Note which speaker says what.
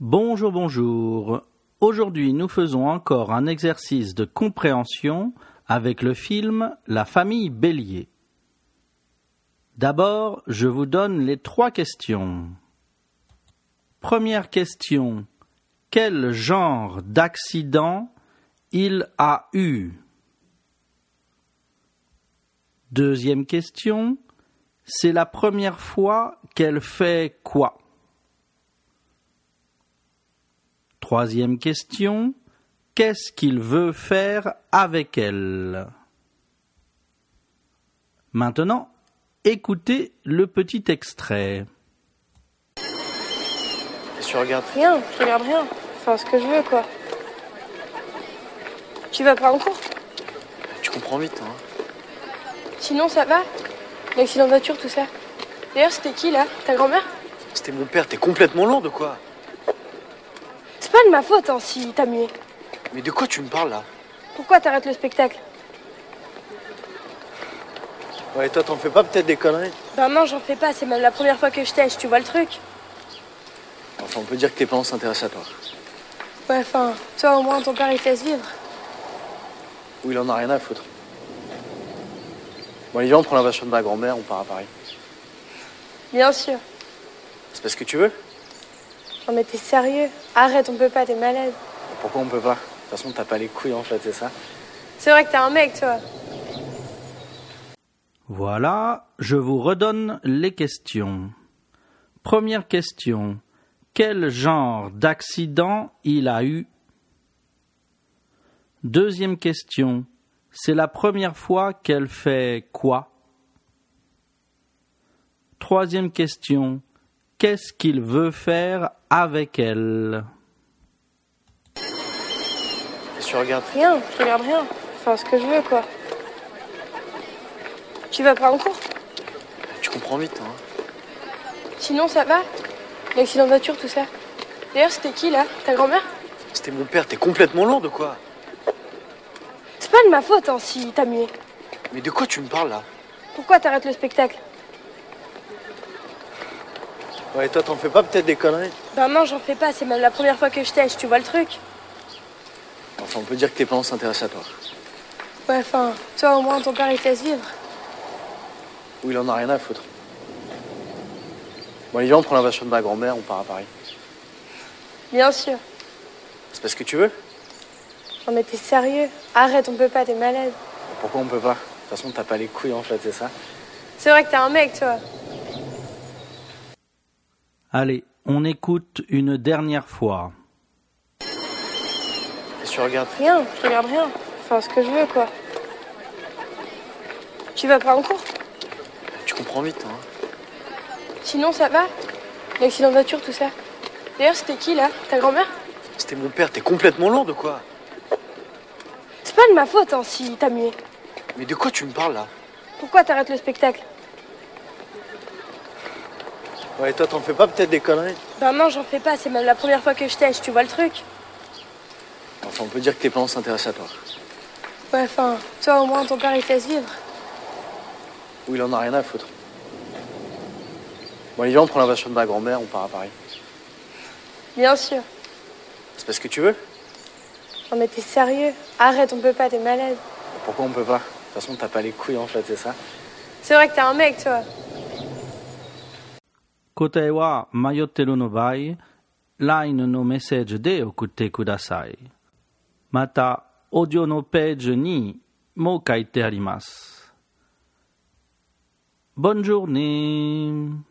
Speaker 1: Bonjour, bonjour. Aujourd'hui, nous faisons encore un exercice de compréhension avec le film La famille Bélier. D'abord, je vous donne les trois questions. Première question. Quel genre d'accident il a eu Deuxième question. C'est la première fois qu'elle fait quoi Troisième question. Qu'est-ce qu'il veut faire avec elle Maintenant, écoutez le petit extrait.
Speaker 2: Qu'est-ce que tu regardes
Speaker 3: Rien, je regarde rien. Enfin, ce que je veux, quoi. Tu vas pas en cours
Speaker 2: Tu comprends vite, hein
Speaker 3: Sinon, ça va L'accident de voiture, tout ça. D'ailleurs, c'était qui, là Ta grand-mère
Speaker 2: C'était mon père, t'es complètement lourd de quoi
Speaker 3: C'est pas de ma faute, hein, si t'as mué.
Speaker 2: Mais de quoi tu me parles, là
Speaker 3: Pourquoi t'arrêtes le spectacle
Speaker 2: Ouais, toi, t'en fais pas peut-être des conneries
Speaker 3: Ben non, j'en fais pas, c'est même la première fois que je tèche, tu vois le truc
Speaker 2: Enfin, on peut dire que tes parents s'intéressent à toi.
Speaker 3: Ouais, enfin, toi, au moins, ton père, il te laisse vivre.
Speaker 2: Ou il en a rien à foutre. Bon, Olivia, on prend la voiture de ma grand-mère, on part à Paris.
Speaker 3: Bien sûr.
Speaker 2: C'est parce que tu veux
Speaker 3: Non, mais t'es sérieux Arrête, on peut pas, t'es malade.
Speaker 2: Pourquoi on peut pas De toute façon, t'as pas les couilles, en fait, c'est ça
Speaker 3: C'est vrai que t'es un mec, toi.
Speaker 1: Voilà, je vous redonne les questions. Première question. Quel genre d'accident il a eu Deuxième question. C'est la première fois qu'elle fait quoi Troisième question. Qu'est-ce qu'il veut faire avec elle
Speaker 2: Qu'est-ce que tu regardes
Speaker 3: Rien, je regarde rien. Enfin, ce que je veux, quoi. Tu vas pas en cours
Speaker 2: Tu comprends vite, hein
Speaker 3: Sinon, ça va L'accident de voiture, tout ça. D'ailleurs, c'était qui là Ta grand-mère
Speaker 2: C'était mon père, t'es complètement lourd de quoi
Speaker 3: C'est pas de ma faute hein, si t'as mué.
Speaker 2: Mais de quoi tu me parles, là
Speaker 3: Pourquoi t'arrêtes le spectacle
Speaker 2: Ouais, toi, t'en fais pas peut-être des conneries
Speaker 3: Ben non, j'en fais pas, c'est même la première fois que je tèche, tu vois le truc
Speaker 2: Enfin, on peut dire que tes parents s'intéressent à toi.
Speaker 3: Ouais, enfin, toi au moins ton père il te laisse vivre.
Speaker 2: Ou il en a rien à foutre. Bon, Olivia, on prend la voiture de ma grand-mère, on part à Paris.
Speaker 3: Bien sûr.
Speaker 2: C'est parce que tu veux
Speaker 3: Non mais t'es sérieux Arrête, on peut pas, t'es malade.
Speaker 2: Pourquoi on peut pas De toute façon, t'as pas les couilles, en fait, c'est ça
Speaker 3: C'est vrai que t'es un mec, toi.
Speaker 1: Allez, on écoute une dernière fois.
Speaker 2: Qu'est-ce que tu regardes
Speaker 3: Rien, je regarde rien. Enfin, ce que je veux, quoi. Tu vas pas en cours
Speaker 2: Tu comprends vite, hein
Speaker 3: Sinon, ça va L'accident de voiture, tout ça. D'ailleurs, c'était qui là Ta grand-mère
Speaker 2: C'était mon père, t'es complètement lourd de quoi
Speaker 3: C'est pas de ma faute hein, si t'as mué.
Speaker 2: Mais de quoi tu me parles, là
Speaker 3: Pourquoi t'arrêtes le spectacle
Speaker 2: Ouais, toi, t'en fais pas peut-être des conneries
Speaker 3: Ben non, j'en fais pas, c'est même la première fois que je tèche, tu vois le truc
Speaker 2: Enfin, on peut dire que tes parents s'intéressent à toi.
Speaker 3: Ouais, enfin, toi au moins ton père il te laisse vivre.
Speaker 2: Ou il en a rien à foutre. Bon, Olivia, on prend la voiture de ma grand-mère, on part à Paris.
Speaker 3: Bien sûr.
Speaker 2: C'est parce que tu veux
Speaker 3: Non mais t'es sérieux Arrête, on peut pas, t'es malade.
Speaker 2: Pourquoi on peut pas De toute façon, t'as pas les couilles, en fait, c'est ça
Speaker 3: C'est vrai que t'es un mec, toi.
Speaker 1: 答えは迷ってるの場合、LINE のメッセージで送ってください。また、オーディオのページにも書いてあります。Bonne journée!